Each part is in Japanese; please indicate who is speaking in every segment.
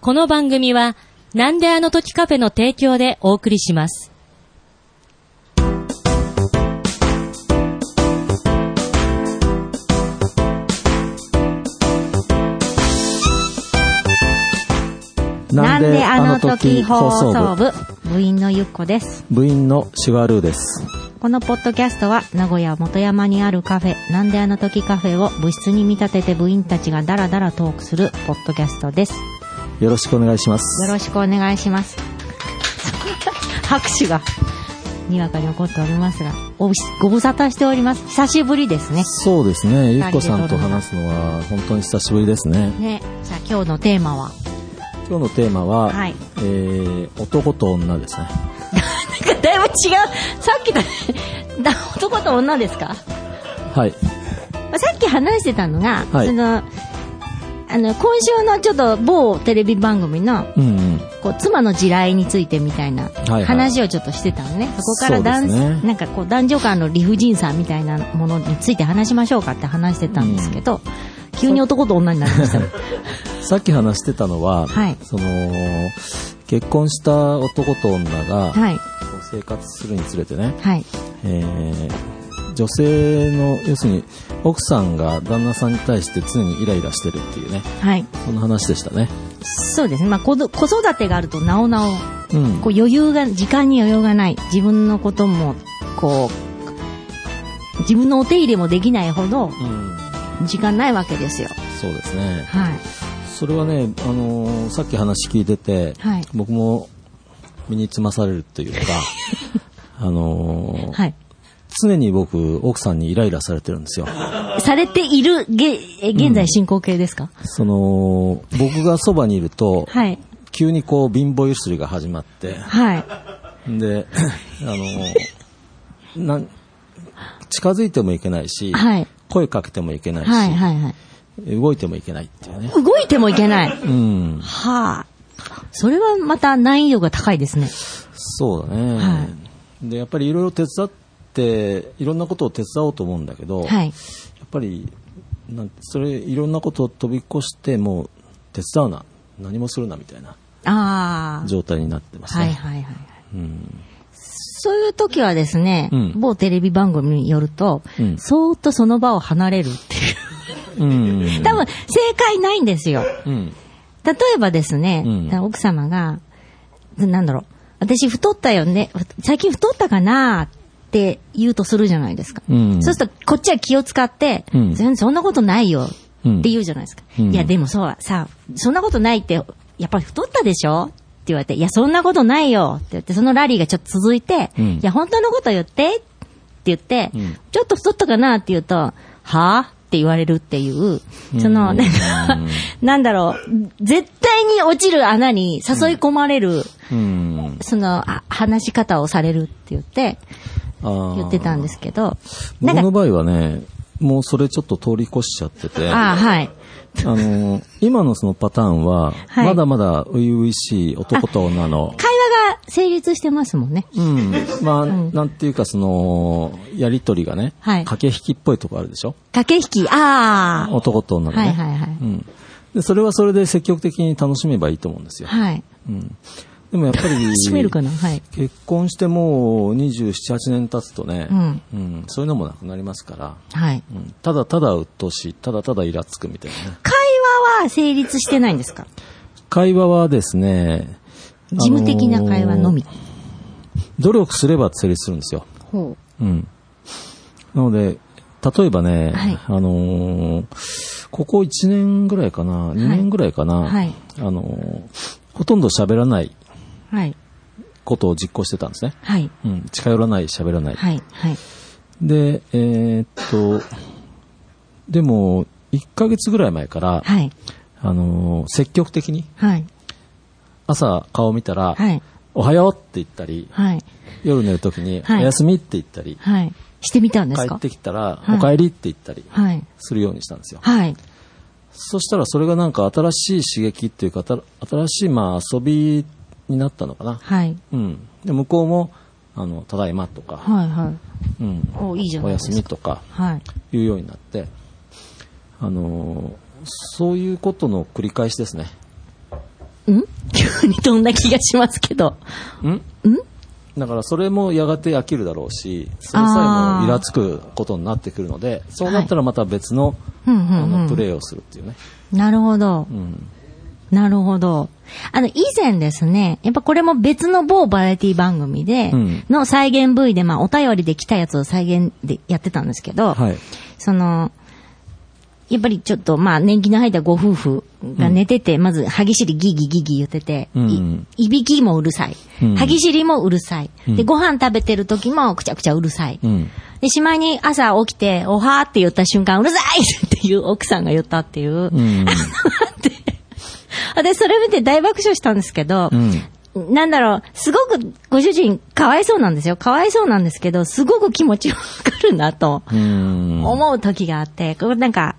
Speaker 1: この番組は、なんであの時カフェの提供でお送りします。
Speaker 2: なんであの時放送
Speaker 3: 部
Speaker 2: 部部員のゆっこです。
Speaker 3: 部員のシュワルーです。
Speaker 2: このポッドキャストは名古屋元山にあるカフェ、なんであの時カフェを部室に見立てて部員たちがダラダラトークするポッドキャストです。よ
Speaker 3: よろしくお願いします。
Speaker 2: ろしくお願いします。 拍手が、にわかに起こっておりますが、おぶしご無沙汰しております。久しぶりですね。
Speaker 3: そうですね。ゆっこさんと話すのは本当に久しぶりですね。
Speaker 2: ね。さあ今日のテーマは、
Speaker 3: 今日のテーマは、
Speaker 2: はい
Speaker 3: えー、男と女ですね。
Speaker 2: なんかだいぶ違う、さっきの、だ男と 女ですか
Speaker 3: はい。
Speaker 2: まあさっき話してたのが、
Speaker 3: はい
Speaker 2: その、あの、今週のちょっと某テレビ番組の、
Speaker 3: うんうん。
Speaker 2: こう、妻の地雷についてみたいない
Speaker 3: はい
Speaker 2: 話をちょっとしてたのね。そこから男、
Speaker 3: そうですね
Speaker 2: なんかこう、男女間の理不尽さみたいなものについて話しましょうかって話してたんですけど、急に男と女になりました。
Speaker 3: さっき話してたのは、
Speaker 2: はい
Speaker 3: その、結婚した男と女が、
Speaker 2: はい。
Speaker 3: こう生活するにつれてね、
Speaker 2: はい。
Speaker 3: えー女性の、要するに、奥さんが旦那さんに対して常にイライラしてるっていうね、
Speaker 2: はい。
Speaker 3: そんな話でしたね。
Speaker 2: そうですね。まあ、子ど子育てがあるとなおなお、
Speaker 3: うん。
Speaker 2: こう余裕が、時間に余裕がない。自分のことも、こう、自分のお手入れもできないほど、
Speaker 3: うん
Speaker 2: 時間ないわけですよ。
Speaker 3: そうですね。
Speaker 2: はい。
Speaker 3: それはね、あのーさっき話聞いてて、
Speaker 2: はい
Speaker 3: 僕も身につまされるというか、 あのー
Speaker 2: はい。
Speaker 3: 常に僕、奥さんにイライラされてるんですよ。
Speaker 2: されている、げ、え現在進行形ですか、
Speaker 3: その、僕がそばにいると、
Speaker 2: はい。
Speaker 3: 急にこう、貧乏ゆすりが始ま って、
Speaker 2: はい。
Speaker 3: で、あのーなん、近づいてもいけないし、
Speaker 2: はい
Speaker 3: 声かけてもいけないし、
Speaker 2: はい、はい、はい。
Speaker 3: 動いてもいけないっていうね。
Speaker 2: 動いてもいけない。
Speaker 3: うん。
Speaker 2: はあ。それはまた難易度が高いですね。
Speaker 3: そうだね、
Speaker 2: は
Speaker 3: でやっぱりいろいろ手伝っていろんなことを手伝おうと思うんだけど、
Speaker 2: は
Speaker 3: や
Speaker 2: い。
Speaker 3: っぱりなんそれいろんなことを飛び越してもう手伝うな何もするなみたいな
Speaker 2: あ
Speaker 3: 状態になってま
Speaker 2: あ。
Speaker 3: す
Speaker 2: は
Speaker 3: ね、
Speaker 2: い、はい、はい。
Speaker 3: うん、
Speaker 2: そういう時はですね、
Speaker 3: うん
Speaker 2: 某テレビ番組によると、
Speaker 3: うん
Speaker 2: そーっとその場を離れるっていう。
Speaker 3: うん
Speaker 2: 多分、正解ないんですよ。
Speaker 3: うん
Speaker 2: 例えばですね、
Speaker 3: うん
Speaker 2: 奥様が、なんだろう、私太ったよね、最近太ったかなって言うとするじゃないですか。
Speaker 3: うん
Speaker 2: そうすると、こっちは気を使って、
Speaker 3: うん
Speaker 2: 全然そんなことないよって言うじゃないですか。
Speaker 3: うん
Speaker 2: いや、でもそうは、さ、そんなことないって、やっぱり太ったでしょって言われて、いや、そんなことないよって言って、そのラリーがちょっと続いて、
Speaker 3: うん
Speaker 2: いや、本当のこと言ってって言って、
Speaker 3: うん
Speaker 2: ちょっと太ったかなって言うと、はぁって言われるっていう、その、
Speaker 3: う
Speaker 2: なん
Speaker 3: ん
Speaker 2: か、 なんだろう、絶対に落ちる穴に誘い込まれる、
Speaker 3: うん
Speaker 2: その、あ話し方をされるって言って、
Speaker 3: あー
Speaker 2: 言ってたんですけど、な
Speaker 3: 僕の
Speaker 2: んか、
Speaker 3: 場合はねもうそれちょっと通り越しちゃってて
Speaker 2: ああ、はい。
Speaker 3: あのー今のそのパターンは、
Speaker 2: はい
Speaker 3: まだまだ初々しい男と女の
Speaker 2: 会話が成立してますもんね。
Speaker 3: うん。まあ、なんていうか、その、やりとりがね、
Speaker 2: はい
Speaker 3: 駆け引きっぽいとこあるでしょ
Speaker 2: 駆け引き、ああ、
Speaker 3: 男と女のね。
Speaker 2: はいはいはい
Speaker 3: うん。で、それはそれで積極的に楽しめばいいと思うんですよ。
Speaker 2: はい。
Speaker 3: うん。でもやっぱり、
Speaker 2: 閉めるかなはい。
Speaker 3: 結婚してもう27、8年経つとね、
Speaker 2: うん
Speaker 3: うんそういうのもなくなりますから、
Speaker 2: はい。
Speaker 3: うん、ただただ鬱陶しい、ただただイラつくみたいなね。
Speaker 2: 会話は成立してないんですか
Speaker 3: 会話はですね、
Speaker 2: 事務的な会話のみ
Speaker 3: あ。のー努力すれば成立するんですよ。
Speaker 2: ほ
Speaker 3: うん。なので、例えばね、
Speaker 2: はい
Speaker 3: あのーここ1年ぐらいかな、2年ぐらいかな、
Speaker 2: はい。
Speaker 3: あのーほとんど喋らないう
Speaker 2: はい。
Speaker 3: ことを実行してたんですね。
Speaker 2: はい。
Speaker 3: うん、近寄らない、喋らない。
Speaker 2: はい。はい。
Speaker 3: で、えーっと、でも、1ヶ月ぐらい前から、
Speaker 2: はい。
Speaker 3: あのー積極的に
Speaker 2: はい。
Speaker 3: 朝顔見たら、
Speaker 2: はい。
Speaker 3: おはようって言ったり、
Speaker 2: はい。
Speaker 3: 夜寝るときに、
Speaker 2: はい
Speaker 3: おやすみって言ったり、
Speaker 2: はい。してみたんです
Speaker 3: 帰っ
Speaker 2: か
Speaker 3: てきたら、
Speaker 2: はい
Speaker 3: おかえりって言ったり
Speaker 2: はい。
Speaker 3: するようにしたんですよ。
Speaker 2: はい。
Speaker 3: そしたらそれがなんか新しい刺激っていうか、た新しいまあ遊びになったのかな。
Speaker 2: はい。
Speaker 3: うん。で、向こうも、あの、ただいまとか、
Speaker 2: はい。はい。
Speaker 3: うん。
Speaker 2: お、いいじゃ
Speaker 3: お
Speaker 2: ないで
Speaker 3: や
Speaker 2: す
Speaker 3: す
Speaker 2: か。
Speaker 3: みとか、
Speaker 2: はい。
Speaker 3: いうようになって、あのーそういうことの繰り返しですね。
Speaker 2: ん 急に飛んだ気がしますけど。
Speaker 3: ん
Speaker 2: ん
Speaker 3: だからそれもやがて飽きるだろうし、それさえもイラつくことになってくるので、そうなったらまた別の,、
Speaker 2: うんうん
Speaker 3: あの
Speaker 2: う
Speaker 3: プ
Speaker 2: ん。
Speaker 3: レーをするっていうね。
Speaker 2: なるほど
Speaker 3: う。ん。
Speaker 2: なるほど。あの、以前ですね、やっぱこれも別の某バラエティ番組で、
Speaker 3: うん
Speaker 2: の再現部位で、まあ、お便りで来たやつを再現でやってたんですけど、
Speaker 3: はい。
Speaker 2: その、やっぱりちょっと、まあ、年季の入ったご夫婦が寝てて、まず、歯ぎしりギーギーギーギー言ってて、
Speaker 3: うん
Speaker 2: いいびきもうるさい。
Speaker 3: うん
Speaker 2: 歯ぎしりもうるさい。
Speaker 3: うん
Speaker 2: で、ご飯食べてる時もくちゃくちゃうるさい。
Speaker 3: うん。
Speaker 2: で、しまいに朝起きて、おはーって言った瞬間、うるさい っていう奥さんが言ったっていう。
Speaker 3: うん。
Speaker 2: 私、それ見て大爆笑したんですけど
Speaker 3: う、ん。
Speaker 2: なんだろう、すごくご主人、かわいそうなんですよ。かわいそうなんですけど、すごく気持ちわかるなと
Speaker 3: うん。
Speaker 2: 思う時があって、こうなんか、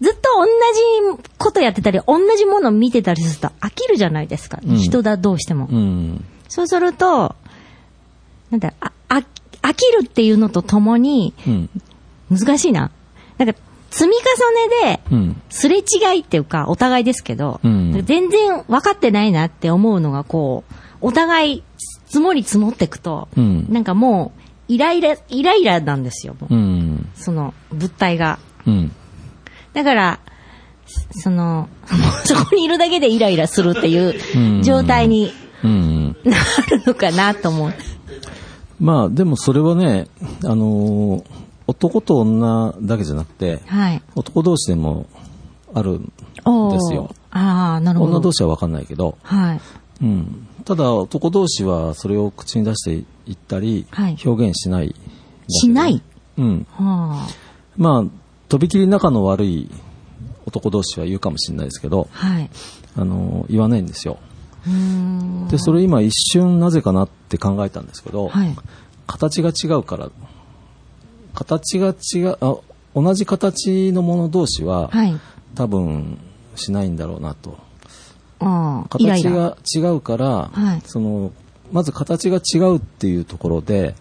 Speaker 2: ずっと同じことやってたり、同じもの見てたりすると飽きるじゃないですか。
Speaker 3: うん
Speaker 2: 人だ、どうしても。
Speaker 3: うん。
Speaker 2: そうすると、なんだろうあ、あ、飽きるっていうのとともに、
Speaker 3: うん。
Speaker 2: 難しいな。なんか、積み重ねで、
Speaker 3: うん。
Speaker 2: すれ違いっていうか、お互いですけど、
Speaker 3: うん
Speaker 2: 全然分かってないなって思うのが、こう、お互い積もり積もっていくと、
Speaker 3: うん
Speaker 2: なんかもう、イライラ、イライラなんですよ、もう
Speaker 3: うん。
Speaker 2: その、物体が。
Speaker 3: うん。
Speaker 2: だから、そその、 そこにいるだけでイライラするって
Speaker 3: う
Speaker 2: い
Speaker 3: ん
Speaker 2: う状態に
Speaker 3: うん。
Speaker 2: なるのかなと思う。
Speaker 3: まあ、でもそれはね、あのー男と女だけじゃなくて、
Speaker 2: はい。
Speaker 3: 男同士でもあるん
Speaker 2: おー
Speaker 3: ですよ。
Speaker 2: ああ、なるほど。
Speaker 3: 女同士は分かんないけど、
Speaker 2: はい。
Speaker 3: うん、ただ男同士はそれを口に出して言ったり、
Speaker 2: はい
Speaker 3: 表現しないんだけどね、
Speaker 2: しない
Speaker 3: うん。
Speaker 2: はあ。
Speaker 3: まあ、とびきり仲の悪い男同士は言うかもしれないですけど、
Speaker 2: はい。
Speaker 3: あのー言わないんですよ。
Speaker 2: うーん。
Speaker 3: で、それ今一瞬なぜかなって考えたんですけど、
Speaker 2: はい。
Speaker 3: 形が違うから、形が違う、あ同じ形のもの同士は、
Speaker 2: はい。
Speaker 3: 多分しないんだろうなと。
Speaker 2: ああ、イライ
Speaker 3: 形
Speaker 2: ラ。
Speaker 3: が違うから、
Speaker 2: はい
Speaker 3: そのまず形が違うっていうところで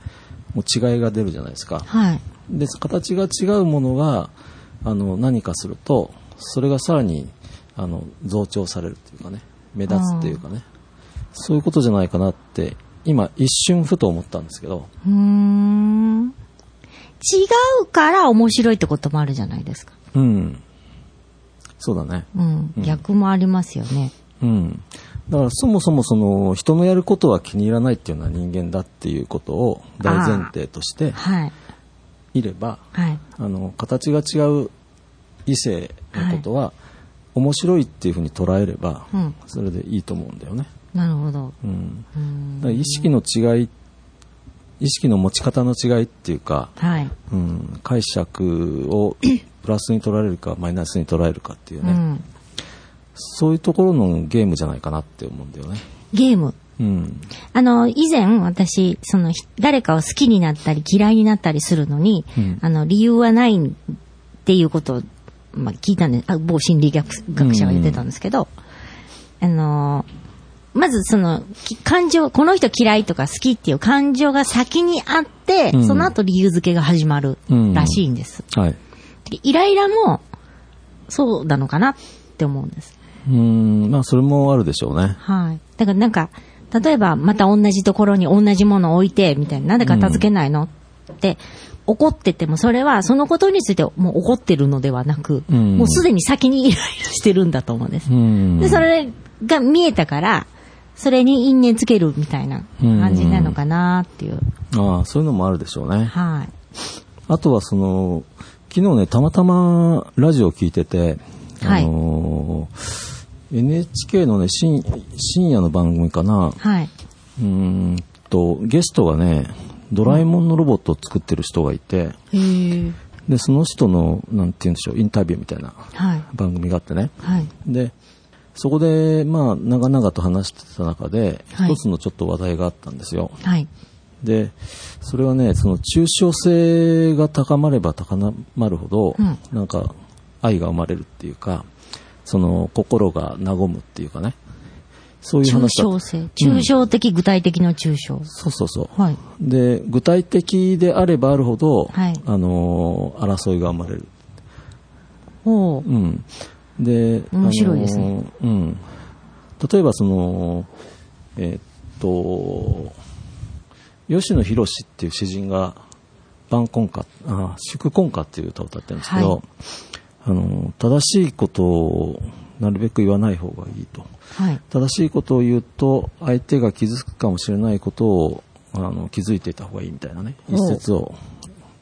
Speaker 3: もう違いが出るじゃないですか。
Speaker 2: はい。
Speaker 3: で形が違うものがあの何かするとそれがさらにあの増長されるっていうかね目立つっていうかねそういうことじゃないかなって今一瞬ふと思ったんですけど、
Speaker 2: うーん。違うから面白いってこともあるじゃないですか。
Speaker 3: うん、そうだね。
Speaker 2: うん。逆もありますよね。
Speaker 3: うん、だからそもそもその人のやることは気に入らないっていうのは人間だっていうことを大前提として
Speaker 2: はい。
Speaker 3: いれば
Speaker 2: はい。
Speaker 3: あの形が違う異性のことは、面白いっていうふうに捉えれば、
Speaker 2: うん
Speaker 3: それでいいと思うんだよね、
Speaker 2: なるほど。
Speaker 3: うん、
Speaker 2: うー
Speaker 3: だ
Speaker 2: ん。
Speaker 3: から意識の違い意識の持ち方の違いっていうか、
Speaker 2: はい。
Speaker 3: うん、解釈をプラスに捉えるかマイナスに捉えるかっていう
Speaker 2: う
Speaker 3: ね、
Speaker 2: ん。
Speaker 3: そういうところのゲームじゃないかなって思うんだよね、
Speaker 2: ゲーム。
Speaker 3: うん、
Speaker 2: あの、以前私、その、ひ誰かを好きになったり嫌いになったりするのに、
Speaker 3: うん
Speaker 2: あの、理由はないっていうことを、まあ、聞いたんで、あ某心理学学者が言ってたんですけど、あの、まずその、き感情、この人嫌いとか好きっていう感情が先にあって、
Speaker 3: うん
Speaker 2: その後理由付けが始まるらしいんです。
Speaker 3: はい
Speaker 2: でイライラも、そうなのかなって思うんです。
Speaker 3: うんまあそれもあるでしょうね
Speaker 2: はい。だからなんか、例えばまた同じところに同じものを置いて、みたいな、なんで片付けないの、って怒ってても、それはそのことについてもう怒ってるのではなく、
Speaker 3: うん
Speaker 2: もうすでに先にイライラしてるんだと思うんです
Speaker 3: う。ん
Speaker 2: で、それが見えたから、それに因縁つけるみたいな感じなのかなっていう。
Speaker 3: ああそういうのもあるでしょうね、
Speaker 2: はい。
Speaker 3: あとはその、昨日ね、たまたまラジオを聞いてて、
Speaker 2: はい
Speaker 3: あのー NHK のね深、深夜の番組かな、
Speaker 2: はい。
Speaker 3: うーんと、ゲストがね、ドラえもんのロボットを作ってる人がいて、
Speaker 2: へ
Speaker 3: で、その人の、なんて言うんでしょう、インタビューみたいな
Speaker 2: はい。
Speaker 3: 番組があってね。
Speaker 2: はい。
Speaker 3: で、そこで、まあ、長々と話してた中で、
Speaker 2: はい
Speaker 3: 一つのちょっと話題があったんですよ。
Speaker 2: はい。
Speaker 3: で、それはね、その抽象性が高まれば高まるほど、
Speaker 2: うん
Speaker 3: なんか愛が生まれるっていうか、その心が和むっていうかね、そういう
Speaker 2: 抽
Speaker 3: 話だ
Speaker 2: 象
Speaker 3: った。
Speaker 2: 性。抽象的、具体的な抽象。
Speaker 3: そうそうそう。
Speaker 2: はい。
Speaker 3: で、具体的であればあるほど、
Speaker 2: はい
Speaker 3: あのー争いが生まれる。
Speaker 2: おう
Speaker 3: うん。で、
Speaker 2: 面白いですね
Speaker 3: あのーうん。例えばその、えーっと、吉野博っていう詩人が、晩婚歌、あ祝婚歌っていう歌を歌ってるんですけど、
Speaker 2: はい
Speaker 3: あの、正しいことをなるべく言わない方がいいと。
Speaker 2: はい。
Speaker 3: 正しいことを言うと相手が傷つくかもしれないことをあの気づいていた方がいいみたいなね
Speaker 2: おう
Speaker 3: 一節を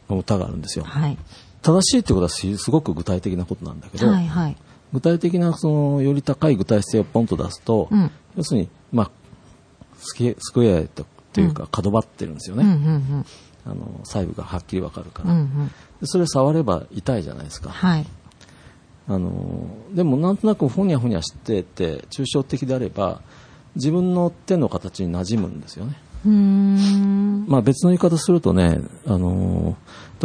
Speaker 3: 歌があるんですよ
Speaker 2: はい。
Speaker 3: 正しいってことはすすごく具体的なことなんだけど、
Speaker 2: はい。はい。
Speaker 3: 具体的なそのより高い具体性をポンと出すと、
Speaker 2: うん
Speaker 3: 要するに、まあ、スケスクエアというか角張ってるんですよ
Speaker 2: うん。う
Speaker 3: ね、
Speaker 2: ん。
Speaker 3: あの細部がはっきりわかるか
Speaker 2: うん。う
Speaker 3: ら、
Speaker 2: ん
Speaker 3: で
Speaker 2: うん。
Speaker 3: それ触れば痛いじゃないですか、
Speaker 2: はい。
Speaker 3: あのでもなんとなくほにゃほにゃしてて抽象的であれば自分の手の形に馴染むんですよね、
Speaker 2: うーん。
Speaker 3: まあ、別の言い方するとねあの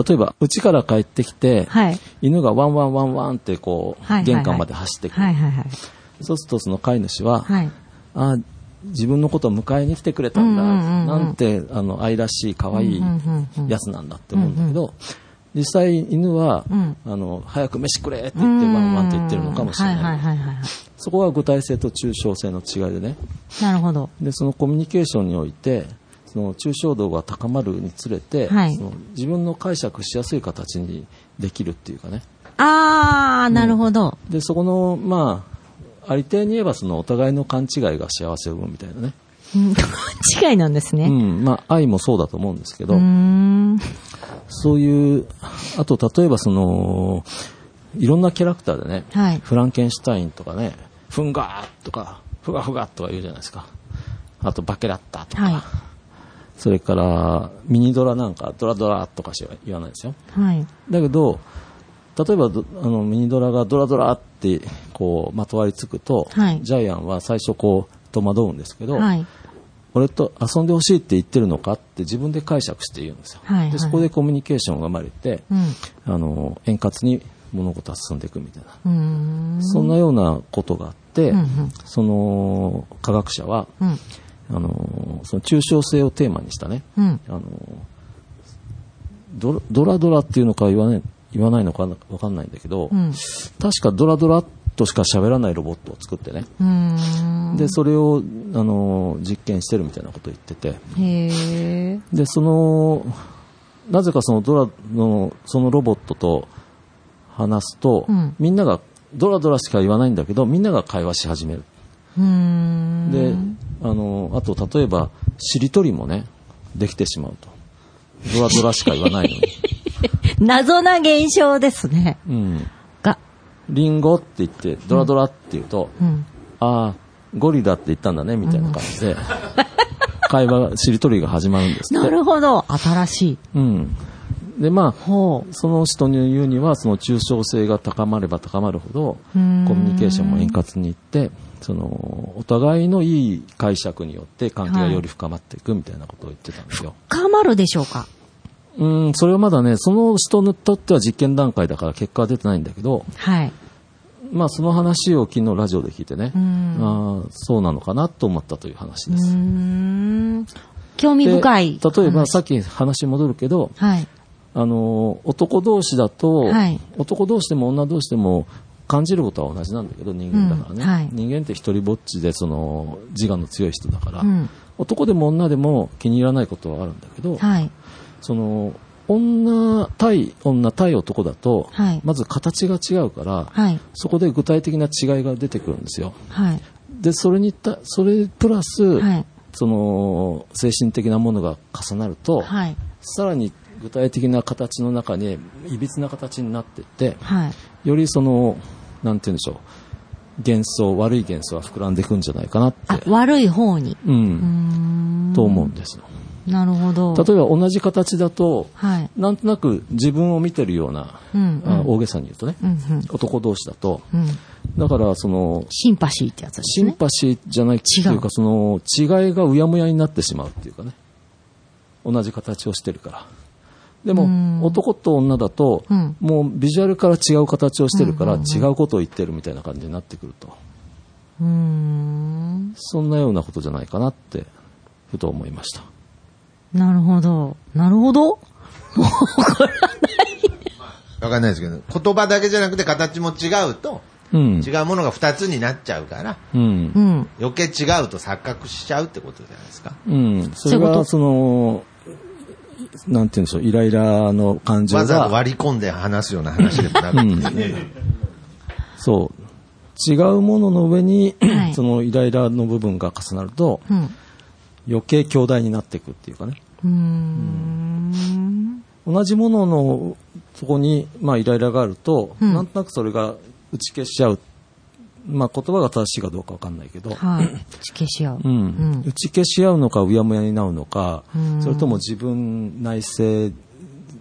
Speaker 3: 例えば家から帰ってきて、
Speaker 2: はい。
Speaker 3: 犬がワンワンワンワンってこう、
Speaker 2: はいはいはい
Speaker 3: 玄関まで走ってくる、
Speaker 2: はい。はい。はい。
Speaker 3: そうするとその飼い主は、
Speaker 2: はい。
Speaker 3: あ自分のことを迎えに来てくれたんだ、
Speaker 2: うんうんうんうん
Speaker 3: なんてあの愛らしい可愛い
Speaker 2: うんうんうんうん
Speaker 3: やつなんだって思うんだけど、実際犬は、
Speaker 2: うん
Speaker 3: あの早く飯くれって言ってワンワンって言ってるのかもしれない、
Speaker 2: うんはい。はい。はい。はい。
Speaker 3: そこは具体性と抽象性の違いでね。
Speaker 2: なるほど。
Speaker 3: で、そのコミュニケーションにおいて、その抽象度が高まるにつれて、
Speaker 2: はい
Speaker 3: その自分の解釈しやすい形にできるっていうかね。
Speaker 2: あー、なるほど。
Speaker 3: で、そこの、まあ、ありていに言えばそのお互いの勘違いが幸せを生むみたいなね。
Speaker 2: うん違いなんです
Speaker 3: う
Speaker 2: ね。
Speaker 3: ん。まあ、愛もそうだと思うんですけ
Speaker 2: う
Speaker 3: ど、
Speaker 2: ーん。
Speaker 3: そういう、あと例えばその、いろんなキャラクターでね、
Speaker 2: はい。
Speaker 3: フランケンシュタインとかね、フンガーとか、フガフガとか言うじゃないですか。あと、バケラッタとか、
Speaker 2: はい
Speaker 3: それから、ミニドラなんか、ドラドラとかしか言わないですよ。
Speaker 2: はい。
Speaker 3: だけど、例えばどあのミニドラがドラドラってこうまとわりつくと、
Speaker 2: はい
Speaker 3: ジャイアンは最初こう戸惑うんですけど、
Speaker 2: はい。
Speaker 3: 俺と遊んでほしいって言ってるのかって自分で解釈して言うんですよ、
Speaker 2: はいはい
Speaker 3: でそこでコミュニケーションが生まれて、
Speaker 2: うん。
Speaker 3: あの円滑に物事は進んでいくみたいな
Speaker 2: うーん。
Speaker 3: そんなようなことがあって、
Speaker 2: んうん
Speaker 3: その科学者は、
Speaker 2: うん。
Speaker 3: あのその抽象性をテーマにしたね、
Speaker 2: うん。
Speaker 3: あのドラドラドラっていうのか言わない言わないのかわかんないんだけど、
Speaker 2: うん。
Speaker 3: 確かドラドラとしか喋らないロボットを作ってね、
Speaker 2: うーん。
Speaker 3: でそれを、あの実験してるみたいなことを言ってて
Speaker 2: へー。
Speaker 3: でそのなぜかそのドラのそのロボットと話すと、
Speaker 2: うん
Speaker 3: みんながドラドラしか言わないんだけどみんなが会話し始める
Speaker 2: うーん。
Speaker 3: で、あの、あと例えば、しりとりもね、できてしまうと。ドラドラしか言わないのに。
Speaker 2: 謎な現象ですね。
Speaker 3: うん。
Speaker 2: が、
Speaker 3: リンゴって言って、ドラドラって言うと、
Speaker 2: うん。
Speaker 3: ああ、ゴリラって言ったんだね、みたいな感じで、会話、しりとりが始まるんですっ
Speaker 2: な
Speaker 3: て。
Speaker 2: るほど。新しい。
Speaker 3: うん。で、まあ、
Speaker 2: ほ
Speaker 3: その人に言うには、その抽象性が高まれば高まるほど、コミ
Speaker 2: ん
Speaker 3: ュニケーションも円滑にいって、その、お互いのいい解釈によって関係がより深まっていくみたいなことを言ってたんですよ。
Speaker 2: う。深まるでしょうか。
Speaker 3: うん、それはまだね、その人にとっては実験段階だから結果は出てないんだけど、
Speaker 2: はい。
Speaker 3: まあその話を昨日ラジオで聞いてね、
Speaker 2: うん
Speaker 3: あーそうなのかなと思ったという話
Speaker 2: う
Speaker 3: で
Speaker 2: ー
Speaker 3: す。
Speaker 2: ん。興味
Speaker 3: で
Speaker 2: 深い。
Speaker 3: 例えばさっき話戻るけど、
Speaker 2: はい。
Speaker 3: あの、男同士だと、
Speaker 2: はい
Speaker 3: 男同士でも女同士でも感じることは同じなんだけど、人間だからね。
Speaker 2: うんはい
Speaker 3: 人間って一人ぼっちで、その、自我の強い人だから、
Speaker 2: うん。
Speaker 3: 男でも女でも気に入らないことはあるんだけど、
Speaker 2: はい。
Speaker 3: その女対女対男だと、
Speaker 2: はい
Speaker 3: まず形が違うから、
Speaker 2: はい。
Speaker 3: そこで具体的な違いが出てくるんですよ。
Speaker 2: はい。
Speaker 3: で、それにた、それプラス、
Speaker 2: はい。
Speaker 3: その精神的なものが重なると、
Speaker 2: はい。
Speaker 3: さらに具体的な形の中に、いびつな形になっていって、
Speaker 2: はい。
Speaker 3: よりその、なんて言うんでしょう、幻想、悪い幻想は膨らんでいくんじゃないかなっ
Speaker 2: あ
Speaker 3: て、、
Speaker 2: 悪い方に。
Speaker 3: う
Speaker 2: うー
Speaker 3: ん、
Speaker 2: ん。
Speaker 3: と思うんですよ。
Speaker 2: なるほど。
Speaker 3: 例えば同じ形だと、
Speaker 2: はい。
Speaker 3: なんとなく自分を見てるような、
Speaker 2: うんうん
Speaker 3: あ大げさに言うとね、
Speaker 2: うん
Speaker 3: 男同士だと、
Speaker 2: うん。うん。
Speaker 3: だからその、
Speaker 2: シンパシーってやつです
Speaker 3: シン
Speaker 2: ね。
Speaker 3: パシーじゃないっていう
Speaker 2: 違
Speaker 3: か、
Speaker 2: う
Speaker 3: その違いがうやむやになってしまうっていうかね、同じ形をしてるから。で
Speaker 2: うん
Speaker 3: も、男と女だと、
Speaker 2: うん
Speaker 3: もうビジュアルから違う形をしてるから、違うことを言ってるみたいな感じになってくると、
Speaker 2: うーん。
Speaker 3: そんなようなことじゃないかなって、ふと思いました。
Speaker 2: なるほど。なるほど。
Speaker 4: わかんないですけど、言葉だけじゃなくて形も違うと、
Speaker 3: うん
Speaker 4: 違うものが2つになっちゃうから、
Speaker 3: うん
Speaker 2: う。ん。
Speaker 4: 余計違うと錯覚しちゃうってことじゃないですか。
Speaker 3: うん。そ
Speaker 2: そうい
Speaker 3: れ
Speaker 2: うこと
Speaker 3: が、その、なんて言うんでしょう、イライラの感情
Speaker 4: わざわざ
Speaker 3: が、
Speaker 4: 割り込んで話すような話でもなくてね。
Speaker 3: そう。違うものの上に
Speaker 2: はい、
Speaker 3: そのイライラの部分が重なると、
Speaker 2: うん。
Speaker 3: 余計強大になっていくっていうかね。
Speaker 2: うーん。
Speaker 3: 同じもののそこに、まあ、イライラがあると、
Speaker 2: うん
Speaker 3: なんとなくそれが打ち消し合う、まあ、言葉が正しいかどうかわかんないけど、
Speaker 2: はい。打ち消し合う。
Speaker 3: う
Speaker 2: う
Speaker 3: ん
Speaker 2: ん
Speaker 3: 打ち消し合うのかうやむやになるのか、
Speaker 2: うん
Speaker 3: それとも自分内省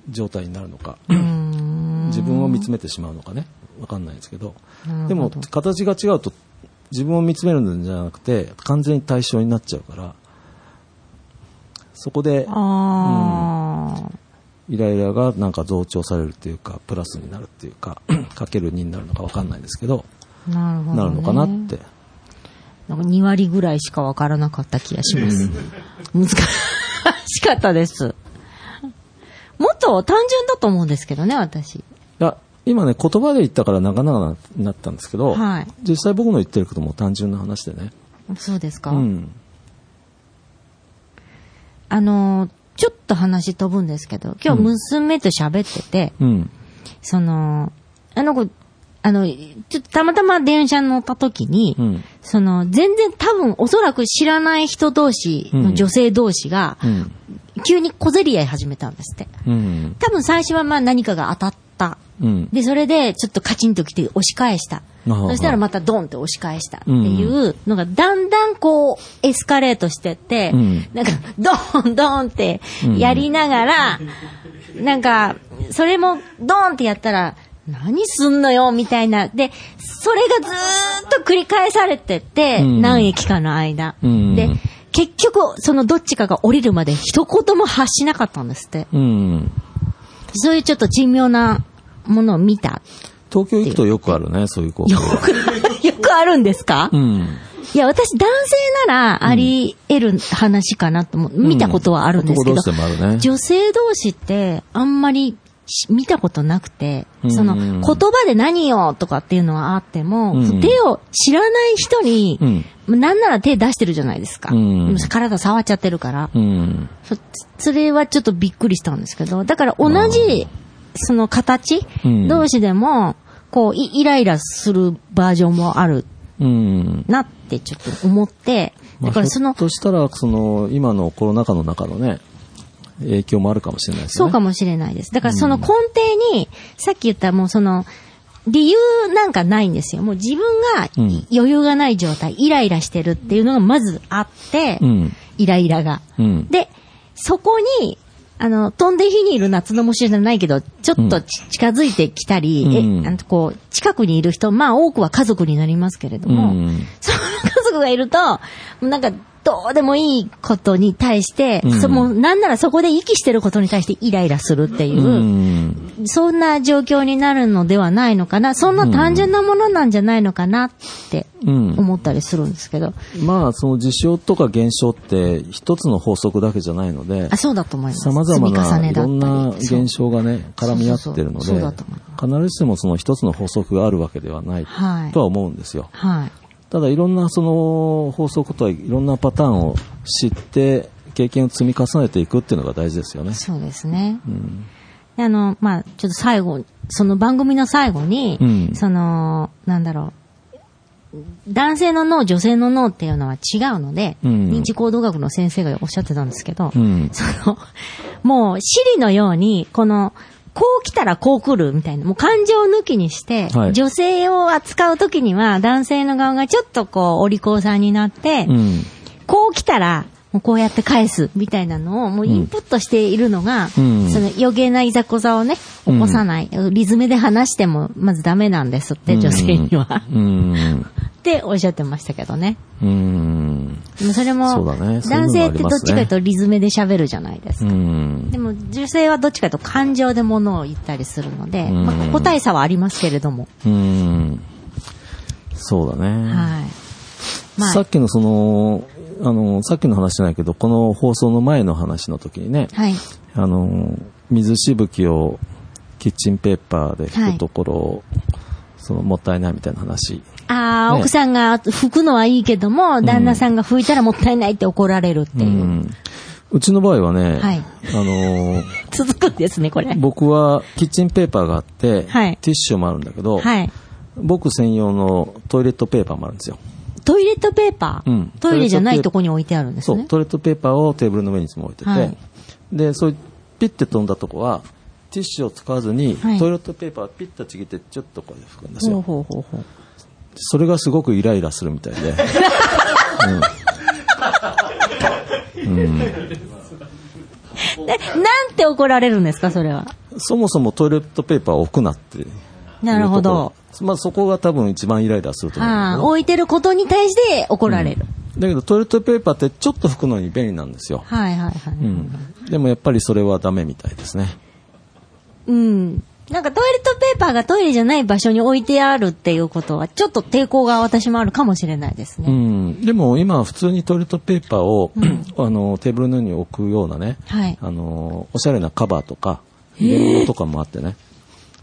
Speaker 3: 状態になるのか、
Speaker 2: うーん。
Speaker 3: 自分を見つめてしまうのかねわかんないですけど
Speaker 2: なるほど
Speaker 3: でも形が違うと自分を見つめるんじゃなくて完全に対象になっちゃうからそこで
Speaker 2: ああ。
Speaker 3: イライラがなんか増長されるっていうか、プラスになるっていうか、 かける2になるのかわかんないですけど、
Speaker 2: なるほど、ね。
Speaker 3: なるのかなって。
Speaker 2: なんか2割ぐらいしかわからなかった気がします。難しかったです。もっと単純だと思うんですけどね、私。
Speaker 3: いや、今ね、言葉で言ったから長々になったんですけど、
Speaker 2: はい
Speaker 3: 実際僕の言ってることも単純な話でね。
Speaker 2: そうですか、
Speaker 3: うん。
Speaker 2: あの、ちょっと話飛ぶんですけど、今日娘と喋ってて、
Speaker 3: うん。
Speaker 2: その、あの子、あの、ちょっとたまたま電車に乗った時に、
Speaker 3: うん。
Speaker 2: その、全然多分おそらく知らない人同士の女性同士が、
Speaker 3: うん。
Speaker 2: 急に小競り合い始めたんですって。
Speaker 3: うん。
Speaker 2: 多分最初はまあ何かが当たった。
Speaker 3: うん。
Speaker 2: で、それでちょっとカチンと来て押し返した。
Speaker 3: あはは
Speaker 2: そしたらまたドンって押し返したっていうのがだんだんこうエスカレートしてって、
Speaker 3: うん
Speaker 2: なんかドンドンってやりながら、なんかそれもドンってやったら何すんのよみたいな。で、それがずーっと繰り返されてって、
Speaker 3: うん
Speaker 2: 何駅かの間。
Speaker 3: うん
Speaker 2: で、結局そのどっちかが降りるまで一言も発しなかったんですって。
Speaker 3: うん。
Speaker 2: そういうちょっと珍妙なものを見た。
Speaker 3: 東京行くとよくあるね、そういう光景
Speaker 2: よく、よくあるんですか、
Speaker 3: うん。
Speaker 2: いや、私男性ならあり得る話かなと思う。見たことはあるんですけど、
Speaker 3: 男同士でもあるね。
Speaker 2: 女性同士ってあんまりし見たことなくて、
Speaker 3: うん
Speaker 2: その言葉で何よとかっていうのはあっても、
Speaker 3: うん
Speaker 2: 手を知らない人に、
Speaker 3: うん。
Speaker 2: なんなら手出してるじゃないですか。
Speaker 3: うん
Speaker 2: 体触っちゃってるから。
Speaker 3: うん。
Speaker 2: そそれはちょっとびっくりしたんですけど、だから同じ、その形、
Speaker 3: うん
Speaker 2: 同士でも、こう、いイライラするバージョンもある
Speaker 3: うん。
Speaker 2: なってちょっと思って、だからそ
Speaker 3: まあ
Speaker 2: の
Speaker 3: ひょ、っとしたら、その、今のコロナ禍の中のね、影響もあるかもしれないですね。
Speaker 2: そうかもしれないです。だからその根底に、さっき言ったもうその、理由なんかないんですよ。もう自分が
Speaker 3: うん
Speaker 2: 余裕がない状態、イライラしてるっていうのがまずあって、
Speaker 3: うん。
Speaker 2: イライラが。
Speaker 3: うん。
Speaker 2: で、そこに、あの、飛んで火にいる夏の虫じゃないけど、ちょっとち、近づいてきたり、
Speaker 3: うん
Speaker 2: え、あの、こう、近くにいる人、まあ多くは家族になりますけれど
Speaker 3: う
Speaker 2: も、
Speaker 3: ん。
Speaker 2: その家族がいると、もうなんか、どうでもいいことに対して、
Speaker 3: うん
Speaker 2: そもうなんならそこで息してることに対してイライラするっていうう、
Speaker 3: ん。
Speaker 2: そんな状況になるのではないのかな、そんな単純なものなんじゃないのかなって
Speaker 3: うん。
Speaker 2: 思ったりするんですけど、
Speaker 3: まあ、その事象とか現象って一つの法則だけじゃないので
Speaker 2: あ、、そうだと思います。
Speaker 3: 様々
Speaker 2: 積み重
Speaker 3: な
Speaker 2: ね
Speaker 3: い
Speaker 2: だっ
Speaker 3: ろ
Speaker 2: たり
Speaker 3: んな
Speaker 2: そう
Speaker 3: 現象がね、絡み合ってるの
Speaker 2: そうそうそうそう
Speaker 3: で
Speaker 2: だと思い、
Speaker 3: 必ずしもその一つの法則があるわけではない
Speaker 2: はい
Speaker 3: とは思うんですよ。
Speaker 2: はい。
Speaker 3: ただいろんなその法則とはいろんなパターンを知って、経験を積み重ねていくっていうのが大事ですよね。
Speaker 2: そうですね。
Speaker 3: うん。
Speaker 2: であの、まあ、ちょっと最後、その番組の最後に、
Speaker 3: うん
Speaker 2: その、なんだろう、男性の脳、女性の脳っていうのは違うので、
Speaker 3: うん
Speaker 2: 認知行動学の先生がおっしゃってたんですけど、
Speaker 3: うん。
Speaker 2: その、もう、シリのように、この、こう来たらこう来るみたいな、もう感情抜きにして、
Speaker 3: はい
Speaker 2: 女性を扱うときには、男性の側がちょっとこう、お利口さんになって、
Speaker 3: うん。
Speaker 2: こう来たら、もうこうやって返すみたいなのをもうインプットしているのが、
Speaker 3: うん
Speaker 2: その余計ないざこざをね、起こさない、リズムで話してもまずダメなんですって、女性には。
Speaker 3: うん。
Speaker 2: っておっしゃってましたけどね。
Speaker 3: うん。
Speaker 2: でもそれも、
Speaker 3: そうだねそういうのもありますね
Speaker 2: 男性ってどっちかというとリズムで喋るじゃないです
Speaker 3: う
Speaker 2: か。
Speaker 3: ん
Speaker 2: で。も女性はどっちかというと感情で物を言ったりするので、
Speaker 3: うん
Speaker 2: まあ、個体差はありますけれども。
Speaker 3: うん。そうだね。
Speaker 2: はい。ま
Speaker 3: さっ
Speaker 2: あ、
Speaker 3: きのその、あの、さっきの話じゃないけど、この放送の前の話の時にね、
Speaker 2: はい。
Speaker 3: あの、水しぶきをキッチンペーパーで拭くところを、そのもったいないみたいな話。
Speaker 2: ああ、
Speaker 3: ね
Speaker 2: 奥さんが拭くのはいいけども、旦那さんが拭いたらもったいないって怒られるっていうう。
Speaker 3: ん。うちの場合はね、
Speaker 2: はい
Speaker 3: あのー
Speaker 2: 続くんですね、これ。
Speaker 3: 僕はキッチンペーパーがあって、
Speaker 2: はい
Speaker 3: ティッシュもあるんだけど、
Speaker 2: はい。
Speaker 3: 僕専用のトイレットペーパーもあるんですよ。
Speaker 2: トイレットペーパー、
Speaker 3: うん
Speaker 2: トイレじゃないとこに置いてあるんです
Speaker 3: そう、
Speaker 2: ね。
Speaker 3: トイレットペーパーをテーブルの上にいつも置いてて、
Speaker 2: はい
Speaker 3: で、そういうピッて飛んだとこは、ティッシュを使わずに、
Speaker 2: はい
Speaker 3: トイレットペーパーをピッとちぎって、ちょっとこうやって拭くんで
Speaker 2: ほ
Speaker 3: す
Speaker 2: う
Speaker 3: よ。
Speaker 2: ほうほうほう。
Speaker 3: それがすごくイライラするみたいで。
Speaker 2: え、なんて怒られるんですか、それは。
Speaker 3: そもそもトイレットペーパーを置くなっていうところ。
Speaker 2: なるほど。
Speaker 3: まあそこが多分一番イライラすると思うん
Speaker 2: あ
Speaker 3: だけ
Speaker 2: あ、
Speaker 3: ど。
Speaker 2: 置いてることに対して怒られる。
Speaker 3: だけどトイレットペーパーってちょっと拭くのに便利なんですよ。
Speaker 2: はいはいはい。
Speaker 3: うん。でもやっぱりそれはダメみたいですね。
Speaker 2: うん。なんかトイレットペーパーがトイレじゃない場所に置いてあるっていうことは、ちょっと抵抗が私もあるかもしれないです
Speaker 3: う
Speaker 2: ね。
Speaker 3: ん。でも今は普通にトイレットペーパーを、あの、テーブルの上に置くようなね、
Speaker 2: はい
Speaker 3: あの、おしゃれなカバーとか、レンとかもあってね。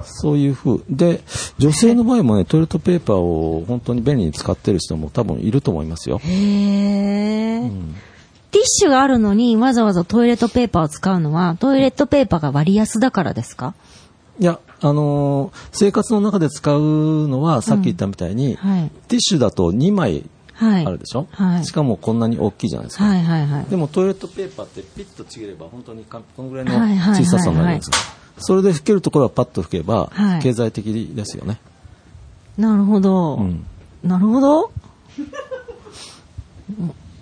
Speaker 3: そういう風で、女性の場合もね、トイレットペーパーを本当に便利に使ってる人も多分いると思いますよ。
Speaker 2: へーティッシュがあるのにわざわざトイレットペーパーを使うのは、トイレットペーパーが割安だからですか
Speaker 3: いや、あのー生活の中で使うのは、さっき言ったみたいに、
Speaker 2: はい
Speaker 3: ティッシュだと2枚
Speaker 2: はい。
Speaker 3: あるでしょ、
Speaker 2: はい。
Speaker 3: しかもこんなに大きいじゃないですか。
Speaker 2: はいはいはい。
Speaker 3: でもトイレットペーパーってピッとちぎれば本当にかこのぐらいの
Speaker 2: はいはいはいはい
Speaker 3: 小ささになるんですよ。それで拭けるところはパッと拭けば
Speaker 2: はい
Speaker 3: 経済的ですよね。
Speaker 2: なるほど。
Speaker 3: うん
Speaker 2: なるほ ど。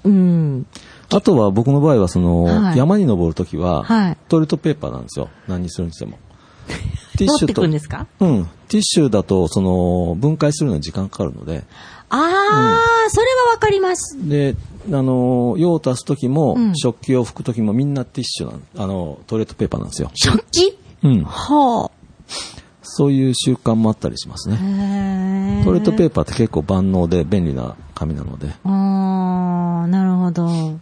Speaker 2: うん。
Speaker 3: あとは僕の場合はその、
Speaker 2: はい
Speaker 3: 山に登るときは、
Speaker 2: はい
Speaker 3: トイレットペーパーなんですよ。何にするにしても。ティッ
Speaker 2: 持
Speaker 3: シ
Speaker 2: って
Speaker 3: ュと、
Speaker 2: く
Speaker 3: うん
Speaker 2: で
Speaker 3: ん、
Speaker 2: すか
Speaker 3: ティッシュだとその分解するのに時間かかるので、
Speaker 2: ああ、それはわかります。
Speaker 3: で、あの、用を足すときも、
Speaker 2: うん
Speaker 3: 食器を拭くときもみんなティッシュなん、あの、トイレットペーパーなんですよ。
Speaker 2: 食器
Speaker 3: うん。
Speaker 2: は
Speaker 3: そういう習慣もあったりします
Speaker 2: あ。
Speaker 3: ね。
Speaker 2: へ
Speaker 3: トイレットペ
Speaker 2: ー
Speaker 3: ーパーって結構万能で便利な紙なので。
Speaker 2: パー。ああ、なるほど。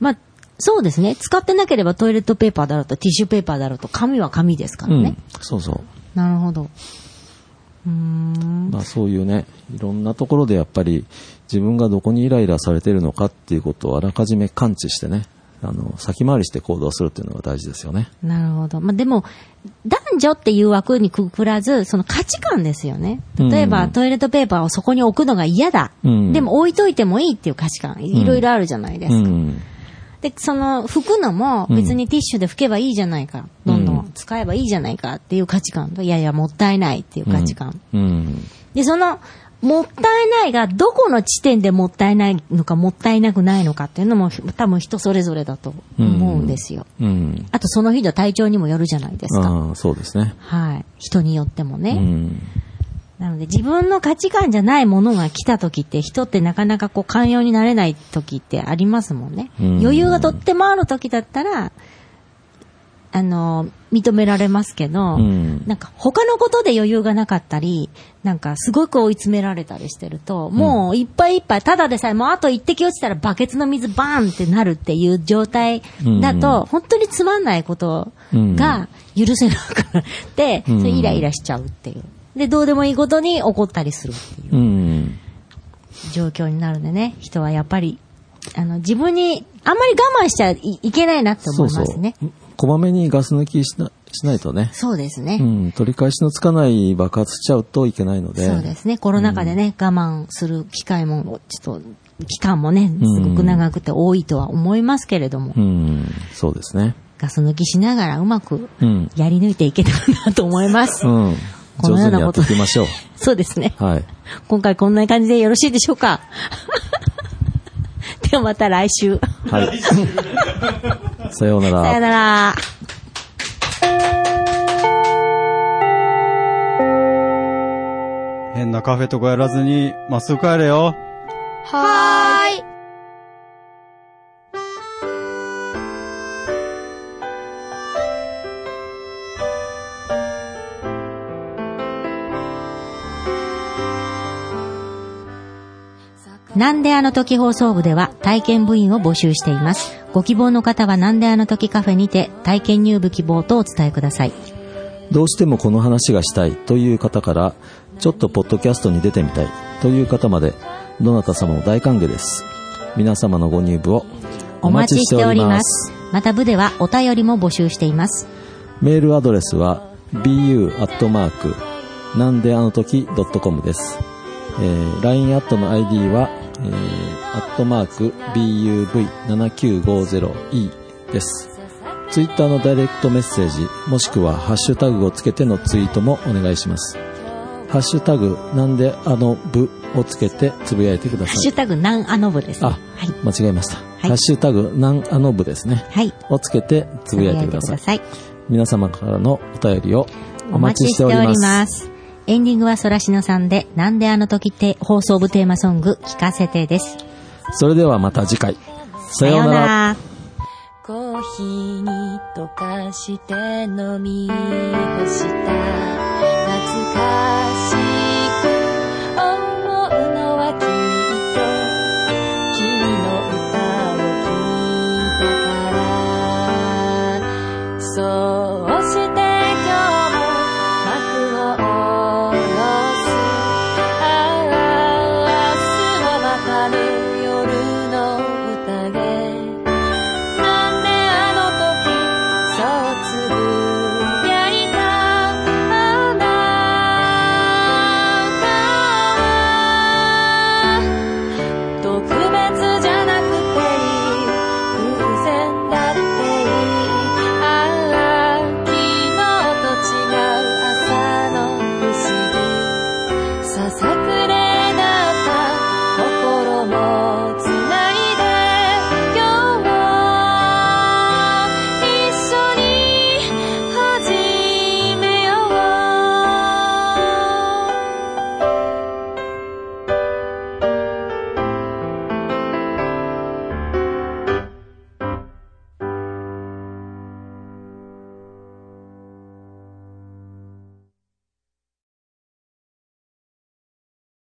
Speaker 2: まあ、そうですね。使ってなければトイレットペーパーだろうとティッシュペーパーだろうと紙は紙ですから
Speaker 3: う
Speaker 2: ね
Speaker 3: ん。。そうそう。
Speaker 2: なるほど。うーん。
Speaker 3: まあそういうね、いろんなところでやっぱり自分がどこにイライラされてるのかっていうことをあらかじめ感知してね、あの、先回りして行動するっていうのが大事ですよね。
Speaker 2: なるほど。まあ、でも、男女っていう枠にくくらず、その価値観ですよね。例えば、
Speaker 3: うん
Speaker 2: トイレットペーパーをそこに置くのが嫌だ。
Speaker 3: うん
Speaker 2: でも置いといてもいいっていう価値観、いいろいろあるじゃないですか。
Speaker 3: うん。
Speaker 2: で、その、拭くのも別にティッシュで拭けばいいじゃないか。どんど
Speaker 3: うん
Speaker 2: ん使えばいいじゃないかっていう価値観と、いやいや、もったいないっていう価値観。
Speaker 3: うん。
Speaker 2: で、その、もったいないが、どこの地点でもったいないのか、もったいなくないのかっていうのも、多分人それぞれだと思うんですよ。
Speaker 3: うん。
Speaker 2: あと、その日の体調にもよるじゃないですか。
Speaker 3: ああ、そうですね。
Speaker 2: はい。人によってもね。
Speaker 3: うん。
Speaker 2: なので自分の価値観じゃないものが来た時って人ってなかなかこう寛容になれない時ってありますもんね。
Speaker 3: うん
Speaker 2: 余裕がとってもある時だったら、あの、認められますけど、
Speaker 3: うん
Speaker 2: なんか他のことで余裕がなかったり、なんかすごく追い詰められたりしてると、もういっぱいいっぱい、ただでさえもうあと一滴落ちたらバケツの水バーンってなるっていう状態だと、
Speaker 3: うん
Speaker 2: 本当につまんないことが許せなくなって、
Speaker 3: うん
Speaker 2: それイライラしちゃうっていう。で、どうでもいいことに怒ったりするっていう
Speaker 3: うん。
Speaker 2: 状況になるんでね、人はやっぱり、あの、自分に、あんまり我慢しちゃいいけないなって
Speaker 3: そ
Speaker 2: 思
Speaker 3: う
Speaker 2: い
Speaker 3: そ
Speaker 2: ま
Speaker 3: う
Speaker 2: すね。。
Speaker 3: こまめにガス抜きしなしないとね。
Speaker 2: そうですね。
Speaker 3: うん。取り返しのつかない爆発しちゃうといけないので。
Speaker 2: そうですね。コロナ禍でね、我慢する機会も、ちょっと、期間もね、すごく長くて多いとは思いますけれども、
Speaker 3: うん。そうですね。
Speaker 2: ガス抜きしながらうまく
Speaker 3: うん。
Speaker 2: やり抜いていけたらなと思います。
Speaker 3: うん。
Speaker 2: このよ
Speaker 3: 上
Speaker 2: う
Speaker 3: 手に
Speaker 2: な
Speaker 3: や
Speaker 2: こ
Speaker 3: って
Speaker 2: と
Speaker 3: いきましょう。
Speaker 2: そうですね。
Speaker 3: はい。
Speaker 2: 今回こんな感じでよろしいでしょうか ではまた来週。
Speaker 3: はい。さようなら。
Speaker 2: さよなら。
Speaker 5: 変なカフェとかやらずに、まっすぐ帰れよ。
Speaker 2: はーい。なんであの時放送部では体験部員を募集しています。ご希望の方はなんであの時カフェにて体験入部希望とお伝えください。
Speaker 3: どうしてもこの話がしたいという方から、ちょっとポッドキャストに出てみたいという方まで、どなた様も大歓迎です。皆様のご入部を
Speaker 2: お待ちしております。また部ではお便りも募集しています。
Speaker 3: メールアドレスは bu アットマークなんであの時ドットコムです。えー、LINE アットの ID は、えー、アットマーク buv7950e です。ツイッターのダイレクトメッセージ、もしくはハッシュタグをつけてのツイートもお願いします。ハッシュタグなんであの部をつけてつぶやいてくだ
Speaker 2: ハ
Speaker 3: さ
Speaker 2: ッシュ
Speaker 3: い。
Speaker 2: タグなんあの部ですね。
Speaker 3: あ
Speaker 2: はい。、
Speaker 3: 間違えました。
Speaker 2: い
Speaker 3: ハッシュタグなんあの部ですね。
Speaker 2: はい。
Speaker 3: をつけてつぶやいてください。
Speaker 2: つぶやいてく
Speaker 3: 皆様からのお便りを
Speaker 2: ださい。
Speaker 3: お待ちしております。
Speaker 2: お待ちしておりますエンディングはそらしのさんで、なんであの時って放送部テーマソング聞かせてです。
Speaker 3: それではまた次回。さようなら。
Speaker 2: ら。
Speaker 6: コーヒーに溶かして飲み干した懐かしい